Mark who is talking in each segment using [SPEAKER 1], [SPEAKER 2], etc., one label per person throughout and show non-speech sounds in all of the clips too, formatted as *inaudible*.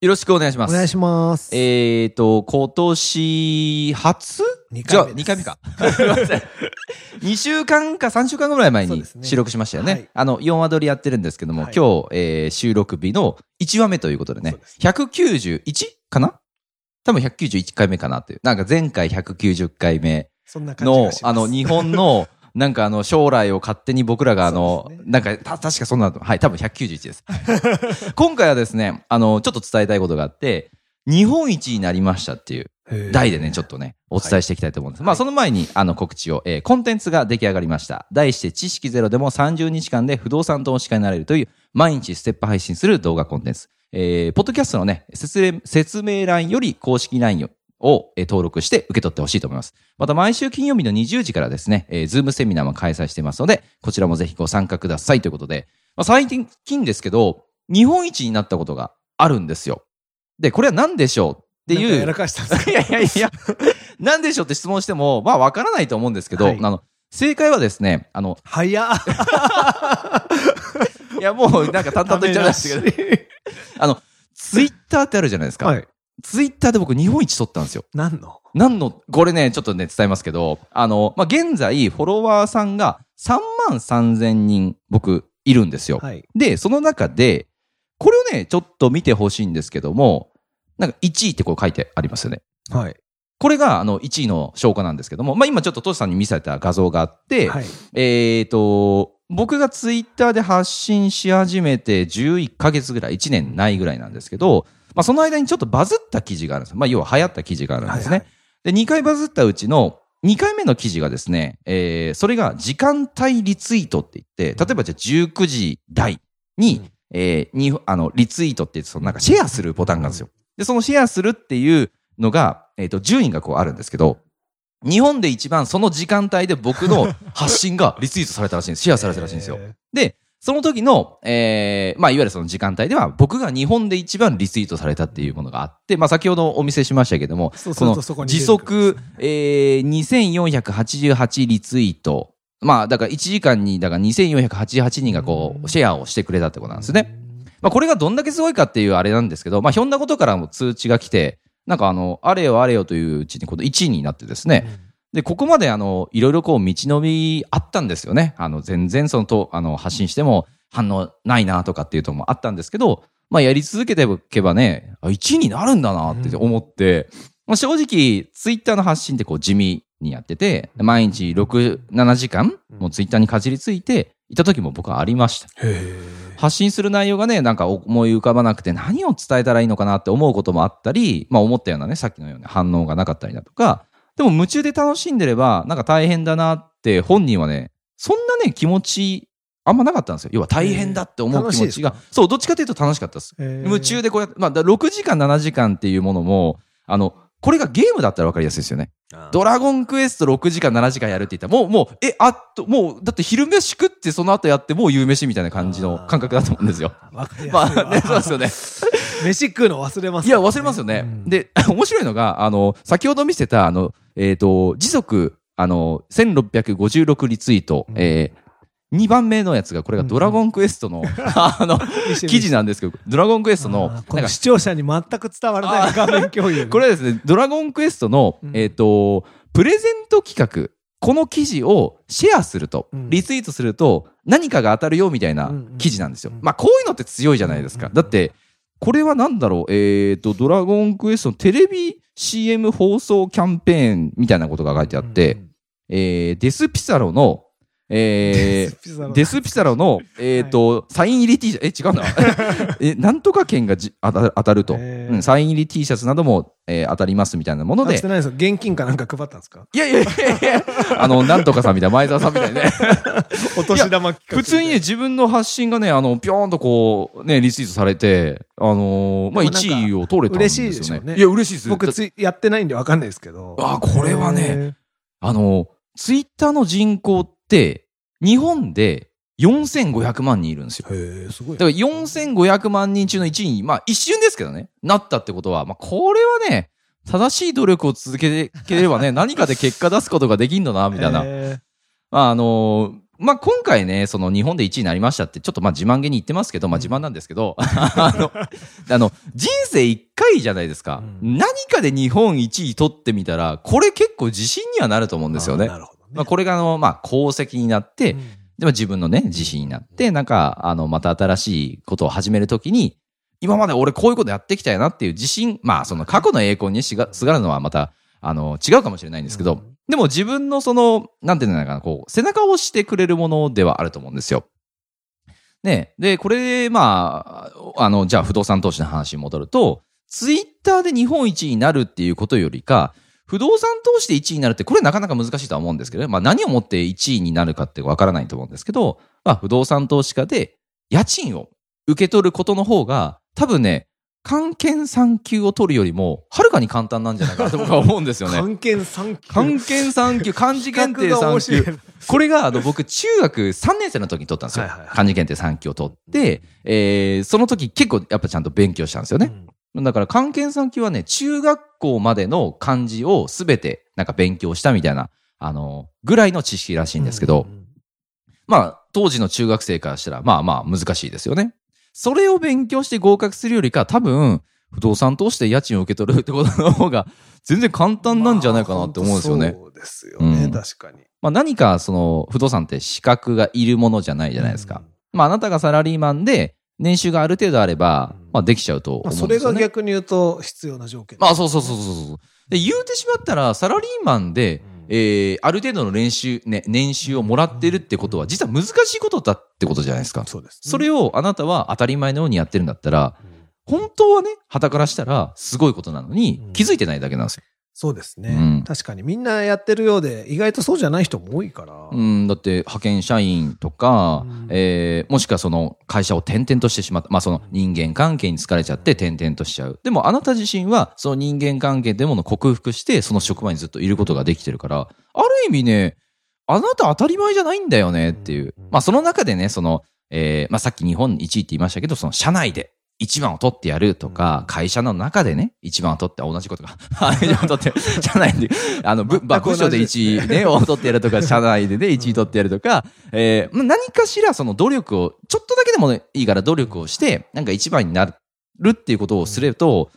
[SPEAKER 1] よろしくお願いします。
[SPEAKER 2] お願いします。
[SPEAKER 1] えっ、ー、と、今年初
[SPEAKER 2] 二
[SPEAKER 1] じゃあ、2
[SPEAKER 2] 目です
[SPEAKER 1] 回目か。 *laughs* すいません。2週間か3週間ぐらい前
[SPEAKER 2] そう
[SPEAKER 1] に
[SPEAKER 2] ですね
[SPEAKER 1] 収録しましたよね。
[SPEAKER 2] はい
[SPEAKER 1] あの、4話撮りやってるんですけども、
[SPEAKER 2] はい
[SPEAKER 1] 今日、えー収録日の1話目ということでね、
[SPEAKER 2] そうです
[SPEAKER 1] 191? かな多分191回目かなという。なんか前回190回目
[SPEAKER 2] そんな感じ
[SPEAKER 1] の
[SPEAKER 2] が、します。
[SPEAKER 1] あの、日本
[SPEAKER 2] *laughs*
[SPEAKER 1] の、なんかあの、将来を勝手に僕らがあの、
[SPEAKER 2] そうですね
[SPEAKER 1] なんか、た、確かそんなの、はい、多分191です。
[SPEAKER 2] *laughs*
[SPEAKER 1] 今回はですね、あの、ちょっと伝えたいことがあって、日本一になりましたっていう
[SPEAKER 2] へー
[SPEAKER 1] 題でね、ちょっとね、お伝えしていきたいと思うんです。まあ、その前に、あの、告知を、えーコンテンツが出来上がりました。題して、知識ゼロでも30日間で不動産投資家になれるという、毎日ステップ配信する動画コンテンツ。えーポッドキャストのね、説明、説明欄より公式 LINE を、をえー登録して受け取ってほしいと思います。また毎週金曜日の20時からですね、えー、ズームセミナーも開催していますので、こちらもぜひご参加くださいということで、まあ、最近ですけど、日本一になったことがあるんですよ。で、これは何でしょうって
[SPEAKER 2] なんか
[SPEAKER 1] い
[SPEAKER 2] や
[SPEAKER 1] う
[SPEAKER 2] ら、かしたんですか
[SPEAKER 1] いやいやいや、なんでしょうって質問しても、まあわからないと思うんですけど、
[SPEAKER 2] はい
[SPEAKER 1] あの、正解はですね、あの、
[SPEAKER 2] 早っ。
[SPEAKER 1] いやもうなんか淡々と言っちゃうん
[SPEAKER 2] *laughs*
[SPEAKER 1] ですけど、あの、ツイッターってあるじゃないですか。
[SPEAKER 2] はい。
[SPEAKER 1] ツイッターで僕日本一取ったんですよ。
[SPEAKER 2] 何の
[SPEAKER 1] なんの、これね、ちょっとね、伝えますけど、あの、まあ、現在、フォロワーさんが3万3000人、僕、いるんですよ。
[SPEAKER 2] はい。
[SPEAKER 1] で、その中で、これをね、ちょっと見てほしいんですけども、なんか1位ってこう書いてありますよね。
[SPEAKER 2] はい。
[SPEAKER 1] これが、あの、1位の証拠なんですけども、まあ、今ちょっとトシさんに見せた画像があって、
[SPEAKER 2] はい。
[SPEAKER 1] えっ、と、僕がツイッターで発信し始めて11ヶ月ぐらい、1年ないぐらいなんですけど、まあ、その間にちょっとバズった記事があるんです。まあ、要は流行った記事があるんですね。
[SPEAKER 2] はい
[SPEAKER 1] で、2回バズったうちの、2回目の記事がですね、えー、それが時間帯リツイートって言って、例えばじゃあ19時台に、
[SPEAKER 2] うん
[SPEAKER 1] えーに、あの、リツイートって言って、そのなんかシェアするボタンがあるんですよ。で、そのシェアするっていうのが、えっ、と、順位がこうあるんですけど、日本で一番その時間帯で僕
[SPEAKER 2] *laughs*
[SPEAKER 1] の発信がリツイートされたらしいんです。シェアされたらしいんですよ。
[SPEAKER 2] え
[SPEAKER 1] で、その時の、えー、まあ、いわゆるその時間帯では、僕が日本で一番リツイートされたっていうものがあって、まあ、先ほどお見せしましたけども、
[SPEAKER 2] ーそうす
[SPEAKER 1] こ
[SPEAKER 2] る
[SPEAKER 1] の
[SPEAKER 2] とそこに出
[SPEAKER 1] 時
[SPEAKER 2] てくるん
[SPEAKER 1] 速
[SPEAKER 2] ですね。、
[SPEAKER 1] えー、2488リツイート。まあ、だから1時間に、だから2488人がこ
[SPEAKER 2] う
[SPEAKER 1] う、
[SPEAKER 2] ん
[SPEAKER 1] シェアをしてくれたってことなんですね。まあ、これがどんだけすごいかっていうあれなんですけど、まあ、ひょんなことからも通知が来て、なんかあの、あれよあれよといううちに、この1位になってですね、で、ここまであの、いろいろこう、道のりあったんですよね。あの、全然そのと、あの、発信しても反応ないなとかっていうのもあったんですけど、まあ、やり続けていけばね、あ1位になるんだなって思って、まあ、正直、ツイッターの発信ってこう、地味にやってて、毎日6、7時間、もうツイッターにかじりついて、いた時も僕はありました。
[SPEAKER 2] へー
[SPEAKER 1] 発信する内容がね、なんか思い浮かばなくて何を伝えたらいいのかなって思うこともあったり、まあ思ったようなね、さっきのような反応がなかったりだとか、でも夢中で楽しんでれば、なんか大変だなって本人はね、そんなね、気持ち、あんまなかったんですよ。要は大変だって思う
[SPEAKER 2] 楽し
[SPEAKER 1] 気
[SPEAKER 2] い
[SPEAKER 1] 持
[SPEAKER 2] です
[SPEAKER 1] ちが、そう、どっちかというと楽しかったです。
[SPEAKER 2] へー
[SPEAKER 1] 夢中でこうやって、まあだ6時間7時間っていうものも、あの、これがゲームだったらわかりやすいですよね。ドラゴンクエスト6時間7時間やるって言ったら、もう、もう、え、あっと、もう、だって昼飯食ってその後やって、もう夕飯みたいな感じの感覚だと思うんですよ。
[SPEAKER 2] あーわかりやすい
[SPEAKER 1] ま
[SPEAKER 2] わ。
[SPEAKER 1] あ、ね、そうですよね。
[SPEAKER 2] 飯食うの忘れます
[SPEAKER 1] い
[SPEAKER 2] か
[SPEAKER 1] や、
[SPEAKER 2] らね。
[SPEAKER 1] 忘れますよね。
[SPEAKER 2] うん、
[SPEAKER 1] で、面白いのが、あの、先ほど見せた、あの、えっ、と、時速、あの、1656リツイート、
[SPEAKER 2] うん
[SPEAKER 1] え2番目のやつが、これがドラゴンクエストの、あの、記事なんですけど、ドラゴンクエストの、
[SPEAKER 2] あ
[SPEAKER 1] な
[SPEAKER 2] ー
[SPEAKER 1] ん
[SPEAKER 2] この
[SPEAKER 1] か、
[SPEAKER 2] 視聴者に全く伝わらない画面共有。
[SPEAKER 1] これはですね、ドラゴンクエストの、
[SPEAKER 2] うん
[SPEAKER 1] えっ、と、プレゼント企画、この記事をシェアすると、
[SPEAKER 2] うん
[SPEAKER 1] リツイートすると、何かが当たるよみたいな
[SPEAKER 2] うんうん
[SPEAKER 1] 記事なんですよ。
[SPEAKER 2] うん
[SPEAKER 1] まあ、こういうのって強いじゃないですか。
[SPEAKER 2] うんうん
[SPEAKER 1] だって、これは何だろう、えっ、と、ドラゴンクエストのテレビ CM 放送キャンペーンみたいなことが書いてあって、
[SPEAKER 2] うん、
[SPEAKER 1] えーデスピサロのえー
[SPEAKER 2] ピザの
[SPEAKER 1] デスピサロの、えっ、と、サイン入り T シャツ、え、違う
[SPEAKER 2] *laughs*
[SPEAKER 1] な。え、なんとか券がじあた当たると、
[SPEAKER 2] へー
[SPEAKER 1] うんサイン入り T シャツなども、えー当たりますみたいなもの
[SPEAKER 2] あ
[SPEAKER 1] で
[SPEAKER 2] して、ないですよ現金かなんか配ったんですか
[SPEAKER 1] いやいやいやいや、あの、なんとかさんみたいな、前澤さんみた *laughs* いな
[SPEAKER 2] *laughs*
[SPEAKER 1] ね。
[SPEAKER 2] お年玉企画
[SPEAKER 1] 普通にね、自分の発信がね、あの、ぴょーんとこう、ね、リツイートされて、あのーまあ、
[SPEAKER 2] でもなんか
[SPEAKER 1] 1位を取れたんですよね。
[SPEAKER 2] 嬉しいでしょうね
[SPEAKER 1] いや、嬉しいです。
[SPEAKER 2] 僕
[SPEAKER 1] だ
[SPEAKER 2] ついやってないんでわかんないですけど
[SPEAKER 1] あこれはね
[SPEAKER 2] へー
[SPEAKER 1] あの、ツイッターの人口って、日本で4500万人いるんですよ。
[SPEAKER 2] へえ、すごい
[SPEAKER 1] だから4500万人中の1位に、まあ一瞬ですけどね、なったってことは、まあこれはね、正しい努力を続けてければ
[SPEAKER 2] *laughs*
[SPEAKER 1] ね、何かで結果出すことができんだな、みたいな。
[SPEAKER 2] へ
[SPEAKER 1] まああのーまあ今回ね、その日本で1位になりましたって、ちょっとまあ自慢げに言ってますけど、まあ自慢なんですけど、 *laughs* あの、あの、人生1回じゃないですか。
[SPEAKER 2] うん
[SPEAKER 1] 何かで日本1位取ってみたら、これ結構自信にはなると思うん
[SPEAKER 2] ー
[SPEAKER 1] ですよね。
[SPEAKER 2] あーなるほどね
[SPEAKER 1] まあこれがあの、まあ功績になって、
[SPEAKER 2] うん
[SPEAKER 1] でも自分のね、自信になって、なんか、あの、また新しいことを始めるときに、今まで俺こういうことやってきたよなっていう自信、まあ、その過去の栄光にしがすがるのはまた、あの、違うかもしれないんですけど、
[SPEAKER 2] うん
[SPEAKER 1] でも自分のその、なんていうのかな、こう、背中を押してくれるものではあると思うんですよ。ね。で、これで、まあ、あの、じゃあ不動産投資の話に戻ると、ツイッターで日本一位になるっていうことよりか、不動産投資で1位になるって、これなかなか難しいとは思うんですけどね。まあ何をもって1位になるかってわからないと思うんですけど、まあ不動産投資家で家賃を受け取ることの方が、多分ね、関検3級を取るよりも、はるかに簡単なんじゃないかなと僕は思うんですよね。
[SPEAKER 2] 関係
[SPEAKER 1] *laughs*
[SPEAKER 2] 三級
[SPEAKER 1] 漢検3級、漢字検定
[SPEAKER 2] 資格が面白
[SPEAKER 1] 3
[SPEAKER 2] い
[SPEAKER 1] 級。これが、あの、僕、中学3年生の時に取ったんですよ。
[SPEAKER 2] はいはいはい
[SPEAKER 1] 漢字検定3級を取って、えー、その時結構やっぱちゃんと勉強したんですよね。だから、漢検3級はね、中学校までの漢字をすべてなんか勉強したみたいな、あの、ぐらいの知識らしいんですけど、まあ、当時の中学生からしたら、まあまあ難しいですよね。それを勉強して合格するよりか、多分、不動産投資で家賃を受け取るってことの方が、全然簡単なんじゃないかなって思うんですよね。
[SPEAKER 2] まあそうですよね、
[SPEAKER 1] うん
[SPEAKER 2] 確かに
[SPEAKER 1] まあ、何かその不動産って資格がいるものじゃないじゃないですか。
[SPEAKER 2] うん
[SPEAKER 1] まあ、あなたがサラリーマンで年収がある程度あれば
[SPEAKER 2] うん、
[SPEAKER 1] まあ、できちゃうと思
[SPEAKER 2] まあ、
[SPEAKER 1] う
[SPEAKER 2] そ
[SPEAKER 1] んで
[SPEAKER 2] れ
[SPEAKER 1] すよ
[SPEAKER 2] が
[SPEAKER 1] ね。
[SPEAKER 2] 逆に言うと必要な条件
[SPEAKER 1] まあ、そうそうそうそうそう。で、言うてしまったら、サラリーマンで、えー、ある程度の練習、ね、年収をもらってるってことは、実は難しいことだってことじゃないですか。
[SPEAKER 2] そうです、
[SPEAKER 1] それをあなたは当たり前のようにやってるんだったら、本当はね、旗からしたらすごいことなのに
[SPEAKER 2] うん、
[SPEAKER 1] 気づいてないだけなんですよ。
[SPEAKER 2] そうですね、
[SPEAKER 1] うん
[SPEAKER 2] 確かにみんなやってるようで意外とそうじゃない人も多いから、
[SPEAKER 1] うん、だって派遣社員とか、
[SPEAKER 2] うん
[SPEAKER 1] えーもしくはその会社を転々としてしまった、まあ、その人間関係に疲れちゃって転々としちゃうでもあなた自身はその人間関係でものを克服してその職場にずっといることができてるからある意味ねあなた当たり前じゃないんだよねっていう、
[SPEAKER 2] うん
[SPEAKER 1] まあ、その中でねその、えーまあ、さっき日本1位って言いましたけどその社内で。一番を取ってやると
[SPEAKER 2] う
[SPEAKER 1] か
[SPEAKER 2] ん、
[SPEAKER 1] 会社の中でね、一番を取って、あ同じことか。 *laughs* あ一番を取って、じゃないんで、あの、ぶ、
[SPEAKER 2] 全く同じ
[SPEAKER 1] まあ部署で1位ね、
[SPEAKER 2] *laughs*
[SPEAKER 1] を取ってやるとか、社内でね、1位取ってやるとか、えーまあ何かしらその努力を、ちょっとだけでもねいいから努力をして、なんか一番になるっていうことをすると、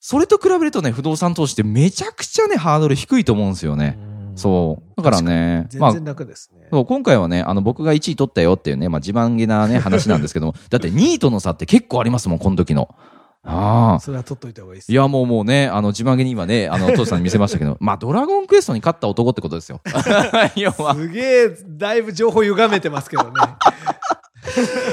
[SPEAKER 1] それと比べるとね、不動産投資ってめちゃくちゃね、ハードル低いと思うんですよね。
[SPEAKER 2] うん
[SPEAKER 1] そう。だからね、
[SPEAKER 2] 全然楽ですね、
[SPEAKER 1] そう今回はね、あの、僕が1位取ったよっていうね、まあ、自慢げなね、話なんですけども、 *laughs* だって2位との差って結構ありますもん、この時の。ああ。
[SPEAKER 2] それは取っといた方がいいです
[SPEAKER 1] い
[SPEAKER 2] ね
[SPEAKER 1] や、もうもうね、あの、自慢げに今ね、 *laughs* あの、父さんに見せましたけど、まあ、ドラゴンクエストに勝った男ってことです *laughs* よ。要は。
[SPEAKER 2] すげえだいぶ情報歪めてますけ
[SPEAKER 1] *laughs*
[SPEAKER 2] どね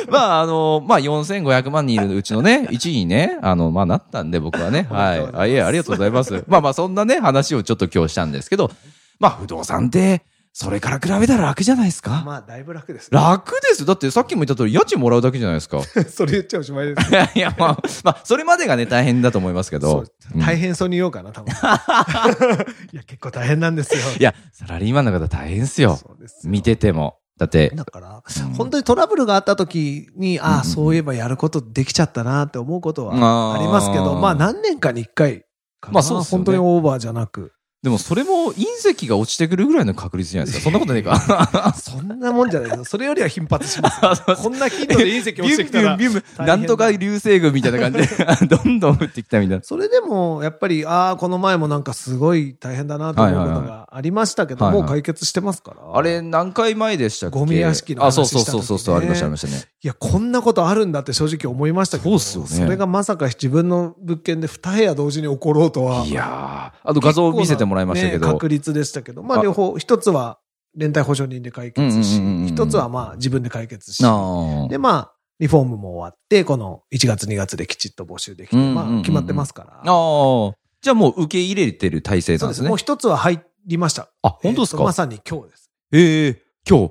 [SPEAKER 1] まあ、あの、まあ、4500万人いるうちのね、1位にね、あの、まあ、なったんで、僕 *laughs* はね。は
[SPEAKER 2] おめでと
[SPEAKER 1] い
[SPEAKER 2] うござい。ます
[SPEAKER 1] あ、いえ、ありがとうございます。まあまあ、そんなね、話をちょっと今日したんですけど、まあ、不動産って、それから比べたら楽じゃないですか。
[SPEAKER 2] まあだいぶ楽ですね
[SPEAKER 1] 楽ですよだってさっきも言った通り、家賃もらうだけじゃないですか。 *laughs* い
[SPEAKER 2] *laughs* それ言っちゃおしまいです
[SPEAKER 1] やいや、まあ、まあ、それまでがね、大変だと思いますけ
[SPEAKER 2] そ
[SPEAKER 1] ど
[SPEAKER 2] う。大変そうに言おうかな多
[SPEAKER 1] *laughs*
[SPEAKER 2] 分いや結構大変なんですよ
[SPEAKER 1] いや、サラリーマンの方大変ですよ。
[SPEAKER 2] そうですよ
[SPEAKER 1] 見てても。だって、
[SPEAKER 2] だか
[SPEAKER 1] う
[SPEAKER 2] ら、
[SPEAKER 1] ん
[SPEAKER 2] 本当にトラブルがあった時に、
[SPEAKER 1] うんう
[SPEAKER 2] あ
[SPEAKER 1] ん
[SPEAKER 2] あ、そういえばやることできちゃったなって思うことはありますけど、
[SPEAKER 1] あー
[SPEAKER 2] まあ何年かに一回かな
[SPEAKER 1] まあそうっすよね
[SPEAKER 2] 本当にオーバーじゃ
[SPEAKER 1] *laughs*
[SPEAKER 2] なく、
[SPEAKER 1] でもそれも隕石が落ちてくるぐらいの確率じゃないですか。そんなことねえか。
[SPEAKER 2] そんなもんじゃないですよそれよりは頻発し
[SPEAKER 1] *laughs*
[SPEAKER 2] ます。
[SPEAKER 1] あそう
[SPEAKER 2] *laughs* こんな頻度で隕石落ちてきたら。
[SPEAKER 1] ビュンビュンビュン
[SPEAKER 2] 大変
[SPEAKER 1] な
[SPEAKER 2] だ
[SPEAKER 1] んとか流星群みたいな感じで、 *laughs* どんどん降ってきたみたいな。
[SPEAKER 2] それでも、やっぱり、ああ、この前もなんかすごい大変だなと思うこ
[SPEAKER 1] はい
[SPEAKER 2] と
[SPEAKER 1] はい
[SPEAKER 2] がありましたけど、
[SPEAKER 1] はいはい
[SPEAKER 2] もう解決してますから。
[SPEAKER 1] あれ、何回前でしたっけ
[SPEAKER 2] ゴミ屋敷の話
[SPEAKER 1] あ、そうそうそうそう
[SPEAKER 2] し
[SPEAKER 1] そ
[SPEAKER 2] た時ね
[SPEAKER 1] う、ありました、ありましたね。
[SPEAKER 2] いや、こんなことあるんだって正直思いましたけど、
[SPEAKER 1] そうっすよね
[SPEAKER 2] それがまさか自分の物件で2部屋同時に起ころうとは。
[SPEAKER 1] いやー、あと画像を見せてもらいましたけ
[SPEAKER 2] 結構な
[SPEAKER 1] ど、
[SPEAKER 2] ね確率でしたけど、ま
[SPEAKER 1] あ
[SPEAKER 2] あ両方、一つは連帯保証人で解決し
[SPEAKER 1] うんうんうんうん、
[SPEAKER 2] 一つはまあ自分で解決し、
[SPEAKER 1] あ
[SPEAKER 2] で、まあ、リフォームも終わって、この1月2月できちっと募集できて、
[SPEAKER 1] うんうんうんうん
[SPEAKER 2] まあ、決まってますか
[SPEAKER 1] あ
[SPEAKER 2] ら。
[SPEAKER 1] ー。じゃあもう受け入れてる体制な
[SPEAKER 2] そ
[SPEAKER 1] んで
[SPEAKER 2] うですす
[SPEAKER 1] ね。
[SPEAKER 2] ね。もう一つは入りました。
[SPEAKER 1] あ、本当です
[SPEAKER 2] えーと
[SPEAKER 1] か
[SPEAKER 2] まさに今日です。
[SPEAKER 1] ええ、今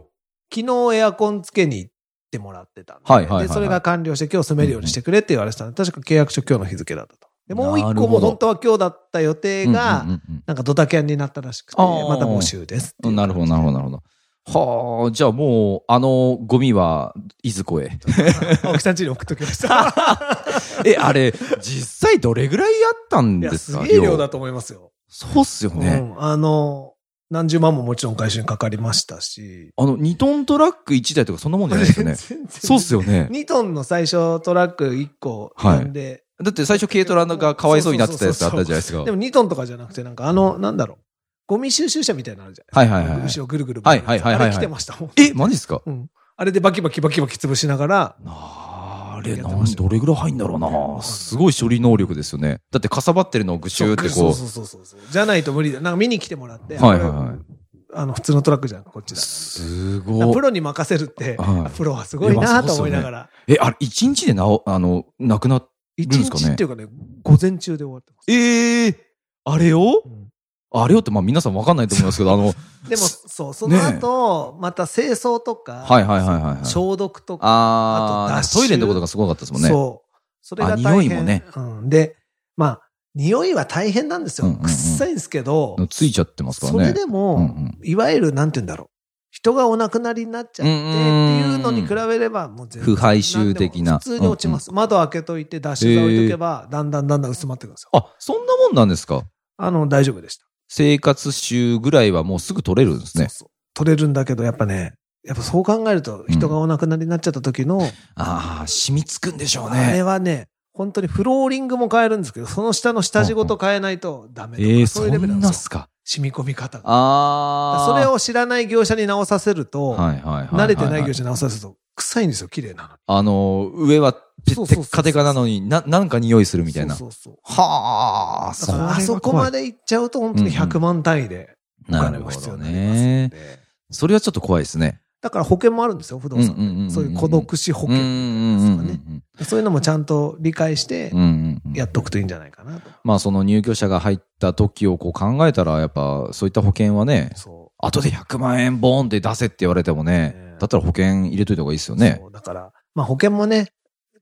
[SPEAKER 1] 日。
[SPEAKER 2] 昨日エアコンつけに行ってもらってたんで、
[SPEAKER 1] はいはいはいはい
[SPEAKER 2] でそれが完了して今日住めるようにしてくれって言われてたんで、確か契約書今日の日付だったと。で、もう一
[SPEAKER 1] なる
[SPEAKER 2] 個
[SPEAKER 1] ほど
[SPEAKER 2] も本当は今日だった予定が、
[SPEAKER 1] うんうんうん
[SPEAKER 2] なんかドタキャンになったらしくて、
[SPEAKER 1] あー
[SPEAKER 2] また募集ですって
[SPEAKER 1] う
[SPEAKER 2] い
[SPEAKER 1] ん
[SPEAKER 2] う
[SPEAKER 1] なるほど、なるほど、なるほど。はあ、じゃあもう、あの、ゴミは、いずこへ。
[SPEAKER 2] 青木さん家に送っときま
[SPEAKER 1] *laughs*
[SPEAKER 2] した。
[SPEAKER 1] え、あれ、実際どれぐらいあったん
[SPEAKER 2] い
[SPEAKER 1] で
[SPEAKER 2] や、
[SPEAKER 1] す
[SPEAKER 2] す
[SPEAKER 1] か
[SPEAKER 2] げえ量だと思いますよ。
[SPEAKER 1] そうっすよね。
[SPEAKER 2] うん、あの、何十万ももちろん回収にかかりましたし。。
[SPEAKER 1] あの、2トントラック1台とかそんなもんじゃないですよね
[SPEAKER 2] *laughs* 全然
[SPEAKER 1] *laughs* そうっすよね。
[SPEAKER 2] 2トンの最初トラック1個なんで、
[SPEAKER 1] だって最初軽トラがかわいそうになってたやつあったじゃないですか。
[SPEAKER 2] でも2トンとかじゃなくて、なんかあの、なんだろう、ゴミ収集車みたいなのあるじゃ
[SPEAKER 1] はいは
[SPEAKER 2] ない
[SPEAKER 1] い
[SPEAKER 2] ですか。
[SPEAKER 1] はい。
[SPEAKER 2] 後ろぐるぐる
[SPEAKER 1] はいはいはいはいはい
[SPEAKER 2] あれ来てましたもん。
[SPEAKER 1] え、マジっすか
[SPEAKER 2] うん。あれでバキバキバキバキ潰しながら、
[SPEAKER 1] あれ、なんどれぐらい入んだろうな。すごい処理能力ですよね。だってかさばってるのをぐしゅーって
[SPEAKER 2] そ
[SPEAKER 1] こ
[SPEAKER 2] う
[SPEAKER 1] う。
[SPEAKER 2] そうそうそうそう。じゃないと無理だ。なんか見に来てもらって、
[SPEAKER 1] はいはいはい
[SPEAKER 2] あの、普通のトラックじゃん、こっちだ。
[SPEAKER 1] す
[SPEAKER 2] だから
[SPEAKER 1] ご
[SPEAKER 2] プ
[SPEAKER 1] い。
[SPEAKER 2] ロに任せるって、
[SPEAKER 1] はい
[SPEAKER 2] プロはすごい
[SPEAKER 1] いやま
[SPEAKER 2] な
[SPEAKER 1] あ
[SPEAKER 2] と
[SPEAKER 1] そうっ
[SPEAKER 2] 思
[SPEAKER 1] す
[SPEAKER 2] い
[SPEAKER 1] よね
[SPEAKER 2] ながら。
[SPEAKER 1] え、あれ、1日でなお、あの、なくなっ
[SPEAKER 2] 一
[SPEAKER 1] るんですかね
[SPEAKER 2] 日っていうかね、午前中で終わってます。
[SPEAKER 1] ええあれをあれをって、まあ皆さんわかんないと思いますけど、あの、
[SPEAKER 2] でも、そう、その後、また清掃とか、
[SPEAKER 1] はいはいはいはいはい。
[SPEAKER 2] 消毒とか、
[SPEAKER 1] あ
[SPEAKER 2] あと
[SPEAKER 1] あ
[SPEAKER 2] 脱臭
[SPEAKER 1] トイレのとことかすごかったですもんね。
[SPEAKER 2] そう。それが大変。
[SPEAKER 1] あ匂いもね
[SPEAKER 2] うん。で、まあ、匂いは大変なんですよ。
[SPEAKER 1] うんうんうん
[SPEAKER 2] 臭いんですけど、
[SPEAKER 1] ついちゃってますから
[SPEAKER 2] そ
[SPEAKER 1] ね。
[SPEAKER 2] れでも、
[SPEAKER 1] うんうん
[SPEAKER 2] いわゆる、なんて言うんだろう。人がお亡くなりになっちゃって
[SPEAKER 1] う
[SPEAKER 2] っ
[SPEAKER 1] ん
[SPEAKER 2] て
[SPEAKER 1] うん
[SPEAKER 2] いうのに比べれば、もう全然。
[SPEAKER 1] 腐敗臭的な
[SPEAKER 2] 何でも普通に落ちます。窓開けといて、脱臭剤置いとけば、だんだんだんだん薄まってくるんですよ。
[SPEAKER 1] あ、そんなもんなんですか
[SPEAKER 2] あの、大丈夫でした。
[SPEAKER 1] 生活臭ぐらいはもうすぐ取れるんですね。
[SPEAKER 2] そうそう取れるんだけど、やっぱね、やっぱそう考えると、人がお亡くなりになっちゃった時の、
[SPEAKER 1] ああ、染みつくんでしょう
[SPEAKER 2] あれ
[SPEAKER 1] ね。
[SPEAKER 2] はね、本当にフローリングも変えるんですけど、その下の下地ごと変えないとダメとか、
[SPEAKER 1] ええ
[SPEAKER 2] そ
[SPEAKER 1] そ
[SPEAKER 2] ういうレベルなん
[SPEAKER 1] んな
[SPEAKER 2] で
[SPEAKER 1] っ
[SPEAKER 2] すよ。
[SPEAKER 1] すか。
[SPEAKER 2] 染み込み方が。
[SPEAKER 1] ああ。
[SPEAKER 2] それ、を知らない業者に直させると、
[SPEAKER 1] はいはいはいは
[SPEAKER 2] 慣れてない業
[SPEAKER 1] 者。
[SPEAKER 2] 者に直させると、臭いんですよ、綺麗なのに。
[SPEAKER 1] あの、上はテ
[SPEAKER 2] そうそう
[SPEAKER 1] テ
[SPEAKER 2] そうそう
[SPEAKER 1] ッカテカなのに、な、なんか匂いするみたいな。
[SPEAKER 2] そうそう
[SPEAKER 1] はあ、
[SPEAKER 2] そう。だからあそこま
[SPEAKER 1] で。
[SPEAKER 2] で行っちゃうと、本当に100万単位でお
[SPEAKER 1] なる
[SPEAKER 2] 金も
[SPEAKER 1] ほ
[SPEAKER 2] 必要
[SPEAKER 1] ど
[SPEAKER 2] になりますん
[SPEAKER 1] ね。
[SPEAKER 2] で。
[SPEAKER 1] それはちょっと怖いですね。
[SPEAKER 2] だから保険もあるんですよ、不動産。
[SPEAKER 1] ん
[SPEAKER 2] そういう孤独死
[SPEAKER 1] うん
[SPEAKER 2] 保険。
[SPEAKER 1] うんうんうんうん
[SPEAKER 2] そういうのもちゃんと理解して
[SPEAKER 1] うん、うんうん
[SPEAKER 2] やっとくといいんじゃないかなと。
[SPEAKER 1] まあその入居者が入った時をこう考えたらやっぱそういった保険はね
[SPEAKER 2] そ
[SPEAKER 1] 後で100万円ボーンって出せって言われてもね
[SPEAKER 2] ねえ
[SPEAKER 1] だったら保険入れといた方がいいですよ
[SPEAKER 2] う。
[SPEAKER 1] ね
[SPEAKER 2] そうだから、まあ保険もね、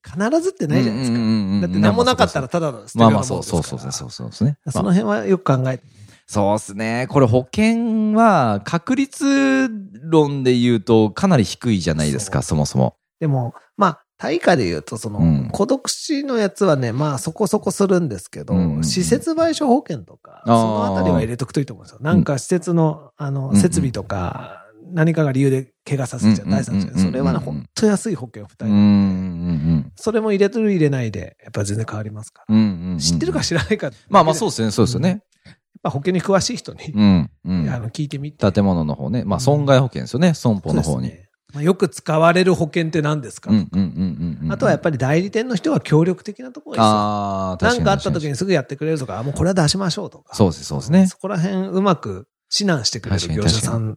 [SPEAKER 2] 必ずってないじゃないですか。だ
[SPEAKER 1] だ
[SPEAKER 2] って何もなかったらただの捨て
[SPEAKER 1] ま
[SPEAKER 2] るよ
[SPEAKER 1] あ
[SPEAKER 2] う
[SPEAKER 1] ま
[SPEAKER 2] なも
[SPEAKER 1] あ
[SPEAKER 2] んです
[SPEAKER 1] そ
[SPEAKER 2] から
[SPEAKER 1] うそうそうそうそうですね
[SPEAKER 2] そ
[SPEAKER 1] ま
[SPEAKER 2] の
[SPEAKER 1] あ
[SPEAKER 2] 辺はよく考えて。
[SPEAKER 1] そうですねこれ保険は確率論で言うとかなり低いじゃないですかそもそも
[SPEAKER 2] でも、まあ、対価で言うと、その、
[SPEAKER 1] うん
[SPEAKER 2] 孤独死のやつはね、まあ、そこそこするんですけど、
[SPEAKER 1] うん
[SPEAKER 2] 施設賠償保険とか、
[SPEAKER 1] あ
[SPEAKER 2] そ
[SPEAKER 1] ー
[SPEAKER 2] のあたりは入れとくといいと思うんですよ。なんか施設の、あ
[SPEAKER 1] う
[SPEAKER 2] の
[SPEAKER 1] ん、うん
[SPEAKER 2] 設備とか、何かが理由で怪我させちゃ
[SPEAKER 1] う
[SPEAKER 2] うん
[SPEAKER 1] うんうん
[SPEAKER 2] 第三者それはね、
[SPEAKER 1] うんうん
[SPEAKER 2] ほんと安い保険負
[SPEAKER 1] う
[SPEAKER 2] 担
[SPEAKER 1] んうん
[SPEAKER 2] それも入れとる入れないで、やっぱ全然変わりますから。
[SPEAKER 1] うんうんうん
[SPEAKER 2] 知ってるか知らないか。
[SPEAKER 1] まあまあそう
[SPEAKER 2] やっ
[SPEAKER 1] ですねそうですよね
[SPEAKER 2] ぱ保険に詳しい人に
[SPEAKER 1] う、んうん
[SPEAKER 2] あの、聞いてみて。
[SPEAKER 1] 建物の方ね。まあ、損害保険ですよね。損保の方に。
[SPEAKER 2] そうですねまあ、よく使われる保険って何ですか、
[SPEAKER 1] うんうんうんうんうん。
[SPEAKER 2] あとはやっぱり代理店の人は協力的なところがいいですよ
[SPEAKER 1] ああ、確か
[SPEAKER 2] 何
[SPEAKER 1] に。
[SPEAKER 2] かあった時
[SPEAKER 1] に。
[SPEAKER 2] にすぐやってくれるとか、あもうこれは出しましょうとか。
[SPEAKER 1] そうです、そうですね。
[SPEAKER 2] そこら辺うまく指南してくれる業者さん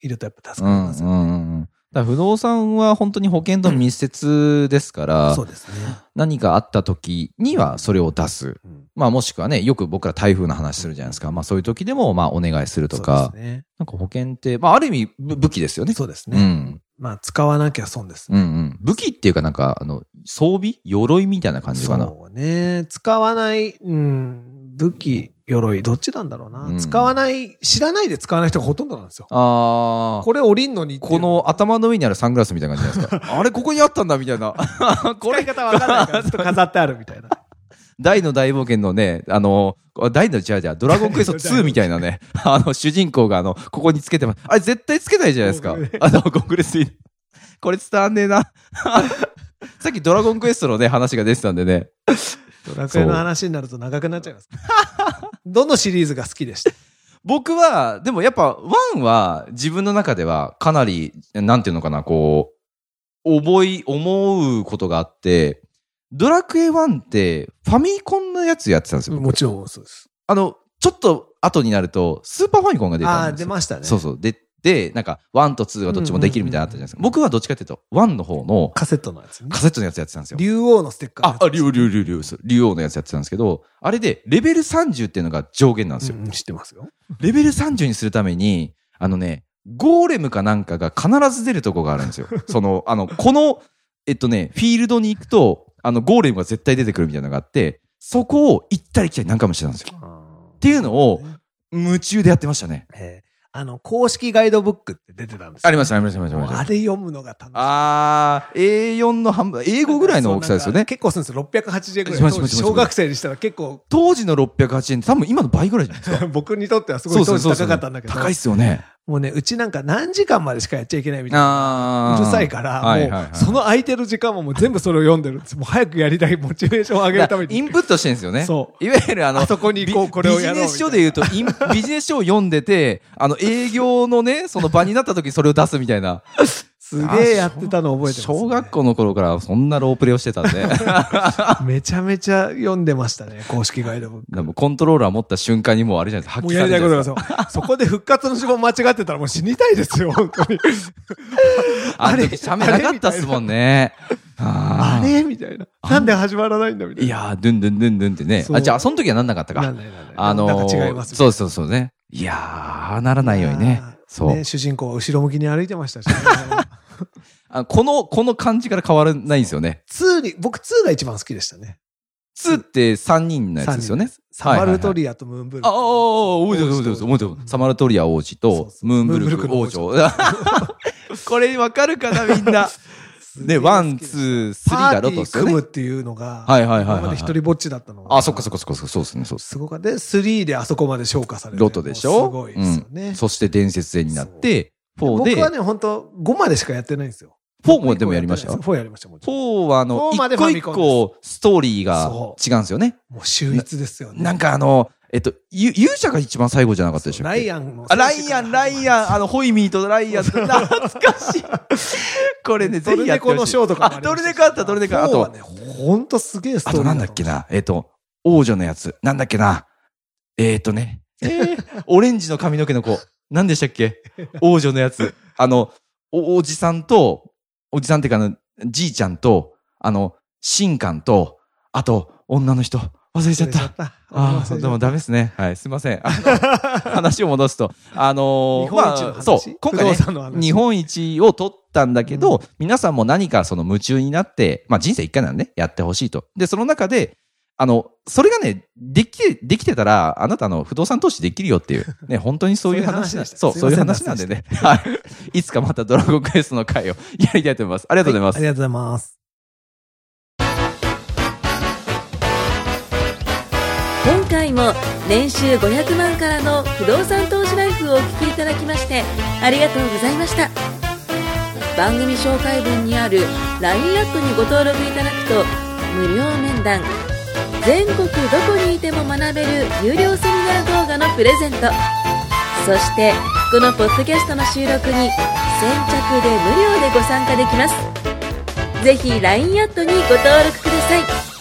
[SPEAKER 2] いるとやっぱ助
[SPEAKER 1] う
[SPEAKER 2] かり
[SPEAKER 1] ん
[SPEAKER 2] ま
[SPEAKER 1] うん
[SPEAKER 2] す
[SPEAKER 1] う
[SPEAKER 2] よね。
[SPEAKER 1] んうん。だから不動産は本当に保険と密接ですから、
[SPEAKER 2] そうですね。
[SPEAKER 1] 何かあった時にはそれを出す。
[SPEAKER 2] うん
[SPEAKER 1] まあもしくはね、よく僕ら台風の話するじゃないですか。まあそういう時でもまあお願いすると
[SPEAKER 2] そ
[SPEAKER 1] か
[SPEAKER 2] う、ですね。
[SPEAKER 1] なんか保険って、まあある意味ぶ武器ですよね。
[SPEAKER 2] そうです
[SPEAKER 1] う
[SPEAKER 2] ね。
[SPEAKER 1] ん。
[SPEAKER 2] まあ使わなきゃ損です
[SPEAKER 1] うんう
[SPEAKER 2] ね。
[SPEAKER 1] ん。武器っていうかなんか、あの、装備鎧みたいな感じかな。
[SPEAKER 2] そうね。使わない、うん、武器、鎧、どっちなんだろうな。
[SPEAKER 1] うん
[SPEAKER 2] 使わない、知らないで使わない人がほとんどなんですよ。
[SPEAKER 1] ああ。
[SPEAKER 2] これ降りんのにっていう
[SPEAKER 1] こ、の頭の上にあるサングラスみたいな感じじゃない
[SPEAKER 2] *laughs*
[SPEAKER 1] ですか。あれ、ここにあったんだみたいな。 *laughs* こ
[SPEAKER 2] 使
[SPEAKER 1] れ
[SPEAKER 2] い、方わかんないからずっと飾ってある
[SPEAKER 1] *laughs*
[SPEAKER 2] みたいな。
[SPEAKER 1] 大の大冒険のね、あの、大の、違う違う、ドラゴンクエスト2みたいなね、 *laughs* あの、主人公が、あの、ここにつけてます。あれ、絶対つけないじゃないですか
[SPEAKER 2] ゴーグル。
[SPEAKER 1] *laughs* あの、ゴーグレスに。これ伝わんねえな。 *laughs* さっきドラゴンクエストのね、話が出てたんでね。
[SPEAKER 2] ドラクエの話になると長くなっちゃいます。 *laughs* どのシリーズが好きでした
[SPEAKER 1] 僕は、でもやっぱ、1は、自分の中では、かなり、なんていうのかな、こう、覚い、思うことがあって、ドラクエ1って、ファミコンのやつやってたんですよ。僕
[SPEAKER 2] もちろんそうです。
[SPEAKER 1] あの、ちょっと後になると、スーパーファミコンが出
[SPEAKER 2] ああ
[SPEAKER 1] た
[SPEAKER 2] ー、
[SPEAKER 1] んです
[SPEAKER 2] 出
[SPEAKER 1] よ。
[SPEAKER 2] ましたね。
[SPEAKER 1] そうそう。で、で、なんか、1と2はどっちもできるみたいなのあったじゃないですか。僕はどっちかっていうと、1の方の
[SPEAKER 2] カセットのやつね
[SPEAKER 1] カ。セットのやつやってたんですよ。
[SPEAKER 2] 竜王のステッカーの
[SPEAKER 1] あ
[SPEAKER 2] や、つ。
[SPEAKER 1] あ、竜王、竜王、竜王竜王、そう竜王のやつやってたんですけど、あれで、レベル30っていうのが上限なんですよ。
[SPEAKER 2] うんうん知ってますよ。
[SPEAKER 1] レベル30にするために、あのね、ゴーレムかなんかが必ず出るとこがあるんです *laughs* よ。その、あの、この、えっとね、フィールドに行くと、あの、ゴーレムが絶対出てくるみたいなのがあって、そこを行ったり来たり何回もしてたんですよ。
[SPEAKER 2] って
[SPEAKER 1] いうのを、夢中でやってましたね。
[SPEAKER 2] えーあの、公式ガイドブックって出てたんですよ
[SPEAKER 1] ありました、ありました、ありま
[SPEAKER 2] も
[SPEAKER 1] し
[SPEAKER 2] う
[SPEAKER 1] た。
[SPEAKER 2] あれ読むのが楽しい。
[SPEAKER 1] あー、A4 の半分、英語ぐらいの大きさですよ
[SPEAKER 2] なん
[SPEAKER 1] ね
[SPEAKER 2] か。結構するんですよ。680円ぐらい。
[SPEAKER 1] しますします
[SPEAKER 2] 当時
[SPEAKER 1] します
[SPEAKER 2] 小学生にしたら結構、
[SPEAKER 1] 当時の680円って多分今の倍ぐらいじゃないですか。
[SPEAKER 2] 僕にとってはすごい当時高かったんだけど、
[SPEAKER 1] 高いっすよね。
[SPEAKER 2] もうね、うちなんか何時間までしかやっちゃいけないみたいな。
[SPEAKER 1] あ
[SPEAKER 2] う
[SPEAKER 1] ー
[SPEAKER 2] るさいから、
[SPEAKER 1] はいはいはい
[SPEAKER 2] もう、その空いてる時間ももう全部それを読んでるんです。もう早くやりたいモチベーションを上げるため
[SPEAKER 1] イ
[SPEAKER 2] に。
[SPEAKER 1] ンプットしてるんですよね。。
[SPEAKER 2] そう
[SPEAKER 1] いわゆるあの、
[SPEAKER 2] あそこに行こう
[SPEAKER 1] ビ
[SPEAKER 2] これをやろう
[SPEAKER 1] ビジネス書で言うと、イン
[SPEAKER 2] *laughs*
[SPEAKER 1] ビジネス書を読んでて、あの、営業のね、その場になった時にそれを出すみたいな。
[SPEAKER 2] すげえやってたの覚えてます、ね。
[SPEAKER 1] 小学校の頃からそんなロープレをしてたん
[SPEAKER 2] *laughs*
[SPEAKER 1] で、
[SPEAKER 2] めちゃめちゃ読んでましたね、公式ガイドブック。
[SPEAKER 1] でもコントローラー持った瞬間にもうあれじゃないですか、
[SPEAKER 2] も
[SPEAKER 1] 発
[SPEAKER 2] う
[SPEAKER 1] 揮
[SPEAKER 2] や
[SPEAKER 1] さ
[SPEAKER 2] り
[SPEAKER 1] れ
[SPEAKER 2] た
[SPEAKER 1] る
[SPEAKER 2] い
[SPEAKER 1] じ
[SPEAKER 2] こ
[SPEAKER 1] ゃな
[SPEAKER 2] と
[SPEAKER 1] い
[SPEAKER 2] が
[SPEAKER 1] です *laughs*
[SPEAKER 2] そう。そこで復活の呪文間違ってたらもう死にたいですよ、本当に。
[SPEAKER 1] か。あの時、写メなかったっすもんね。
[SPEAKER 2] あ
[SPEAKER 1] あー
[SPEAKER 2] れみたいな。なんで始まらないんだみたい
[SPEAKER 1] い
[SPEAKER 2] な。
[SPEAKER 1] やー、ドゥンドゥンドゥンドゥンってね。
[SPEAKER 2] そう
[SPEAKER 1] あ、じゃあ、その時はなんなかった
[SPEAKER 2] な
[SPEAKER 1] か
[SPEAKER 2] ん。だよなんだよ
[SPEAKER 1] あのー
[SPEAKER 2] なんか違います。
[SPEAKER 1] そうそうそうね。いやー、ならないようにね
[SPEAKER 2] あー。
[SPEAKER 1] そう。
[SPEAKER 2] ね主人公は後ろ向きに歩いて
[SPEAKER 1] *laughs*
[SPEAKER 2] ましたしね。
[SPEAKER 1] あこの、この感じから変わらないんですよね。
[SPEAKER 2] 2に、僕2が一番好きでしたね。
[SPEAKER 1] 2って3人のやつですよね。
[SPEAKER 2] サマルト
[SPEAKER 1] リ
[SPEAKER 2] リアとムーンブル
[SPEAKER 1] ア。ああ、覚えてる覚えてる覚えてる。サマルトリア王子
[SPEAKER 2] そう
[SPEAKER 1] と
[SPEAKER 2] そう
[SPEAKER 1] ムーンブルク王
[SPEAKER 2] ム
[SPEAKER 1] 女。 *laughs* これわかるかな、みん *laughs* な。ね、ワン、ツー、スリーだろと
[SPEAKER 2] パー
[SPEAKER 1] っ
[SPEAKER 2] テ
[SPEAKER 1] す
[SPEAKER 2] ィー
[SPEAKER 1] よ
[SPEAKER 2] 組む
[SPEAKER 1] ね
[SPEAKER 2] っ。ていうのが、
[SPEAKER 1] はいはいはいはい
[SPEAKER 2] 今まで一人ぼっちだったのが
[SPEAKER 1] あ、そっかそっかそっかそっか、そうですね、そうです。
[SPEAKER 2] すごかった。で、3であそこまで昇華されて
[SPEAKER 1] ロトでしょ
[SPEAKER 2] すごいですよね。
[SPEAKER 1] そして伝説戦になって、4
[SPEAKER 2] 僕は
[SPEAKER 1] で、
[SPEAKER 2] ね、本当5までしかやってないんですよ。
[SPEAKER 1] 4もでもやりましたよ。
[SPEAKER 2] 4やりました、もちろん
[SPEAKER 1] 4はあの、
[SPEAKER 2] 4まで
[SPEAKER 1] 一
[SPEAKER 2] ファ
[SPEAKER 1] 個
[SPEAKER 2] ミ
[SPEAKER 1] 一
[SPEAKER 2] コン
[SPEAKER 1] 個ストーリーが
[SPEAKER 2] そ
[SPEAKER 1] 違うんですよね。
[SPEAKER 2] もう秀逸ですよね。
[SPEAKER 1] なんかあの、えっと、ゆ勇者が一番最後じゃなかったでしょ
[SPEAKER 2] ライアンの。
[SPEAKER 1] あ、ライアン、ライアン、あの、ホイミーとライアン、懐かしい。これね、ぜひやってほしい。
[SPEAKER 2] *laughs* トルネコのショーとかも
[SPEAKER 1] あ、
[SPEAKER 2] り
[SPEAKER 1] ト
[SPEAKER 2] まし
[SPEAKER 1] ル
[SPEAKER 2] たし
[SPEAKER 1] ネコあった、トルネコ。あ
[SPEAKER 2] 4
[SPEAKER 1] と
[SPEAKER 2] は、ね、ほんとすげえスト
[SPEAKER 1] あ
[SPEAKER 2] ーリ
[SPEAKER 1] と
[SPEAKER 2] ー
[SPEAKER 1] なんだっけな。えっと、王女のやつ。なんだっけな。えっとね。えーオレンジの髪の毛の子。なんでしたっけ *laughs* 王女のやつ。あの、お、おじさんと、おじさんっていうか、あの、じいちゃんと、あの、神官と、あと、女の人。忘れちゃった。
[SPEAKER 2] た。
[SPEAKER 1] ああ、でもダメですね。はい、すいません。あ *laughs* の話を戻すと。あのー
[SPEAKER 2] 日本一の話
[SPEAKER 1] まあ、そう、今回、
[SPEAKER 2] 不
[SPEAKER 1] ね
[SPEAKER 2] 動産の話、
[SPEAKER 1] 日本一を取ったんだけど、皆さんも何かその夢中になって、まあ人生一回なんで、ね、やってほしいと。で、その中で、あの、それがね、できて、できてたら、あなたの不動産投資できるよって *laughs* いう、ね、本当にそういう話なんで、
[SPEAKER 2] そ
[SPEAKER 1] そう
[SPEAKER 2] いう話でした
[SPEAKER 1] う、
[SPEAKER 2] すい
[SPEAKER 1] そ
[SPEAKER 2] ま
[SPEAKER 1] う
[SPEAKER 2] せ
[SPEAKER 1] いう
[SPEAKER 2] ん
[SPEAKER 1] 話なんでね。はい。いつかまたドラゴンクエストの回をやりたいと思います。ありがとうございます
[SPEAKER 2] あり。がとうございます。
[SPEAKER 3] 今回も年収500万からの不動産投資ライフをお聞きいただきましてありがとうございました番組紹介文にある LINE アップにご登録いただくと無料面談全国どこにいても学べる有料セミナー動画のプレゼントそしてこのポッドキャストの収録に先着で無料でご参加できますぜひ LINE アットにご登録ください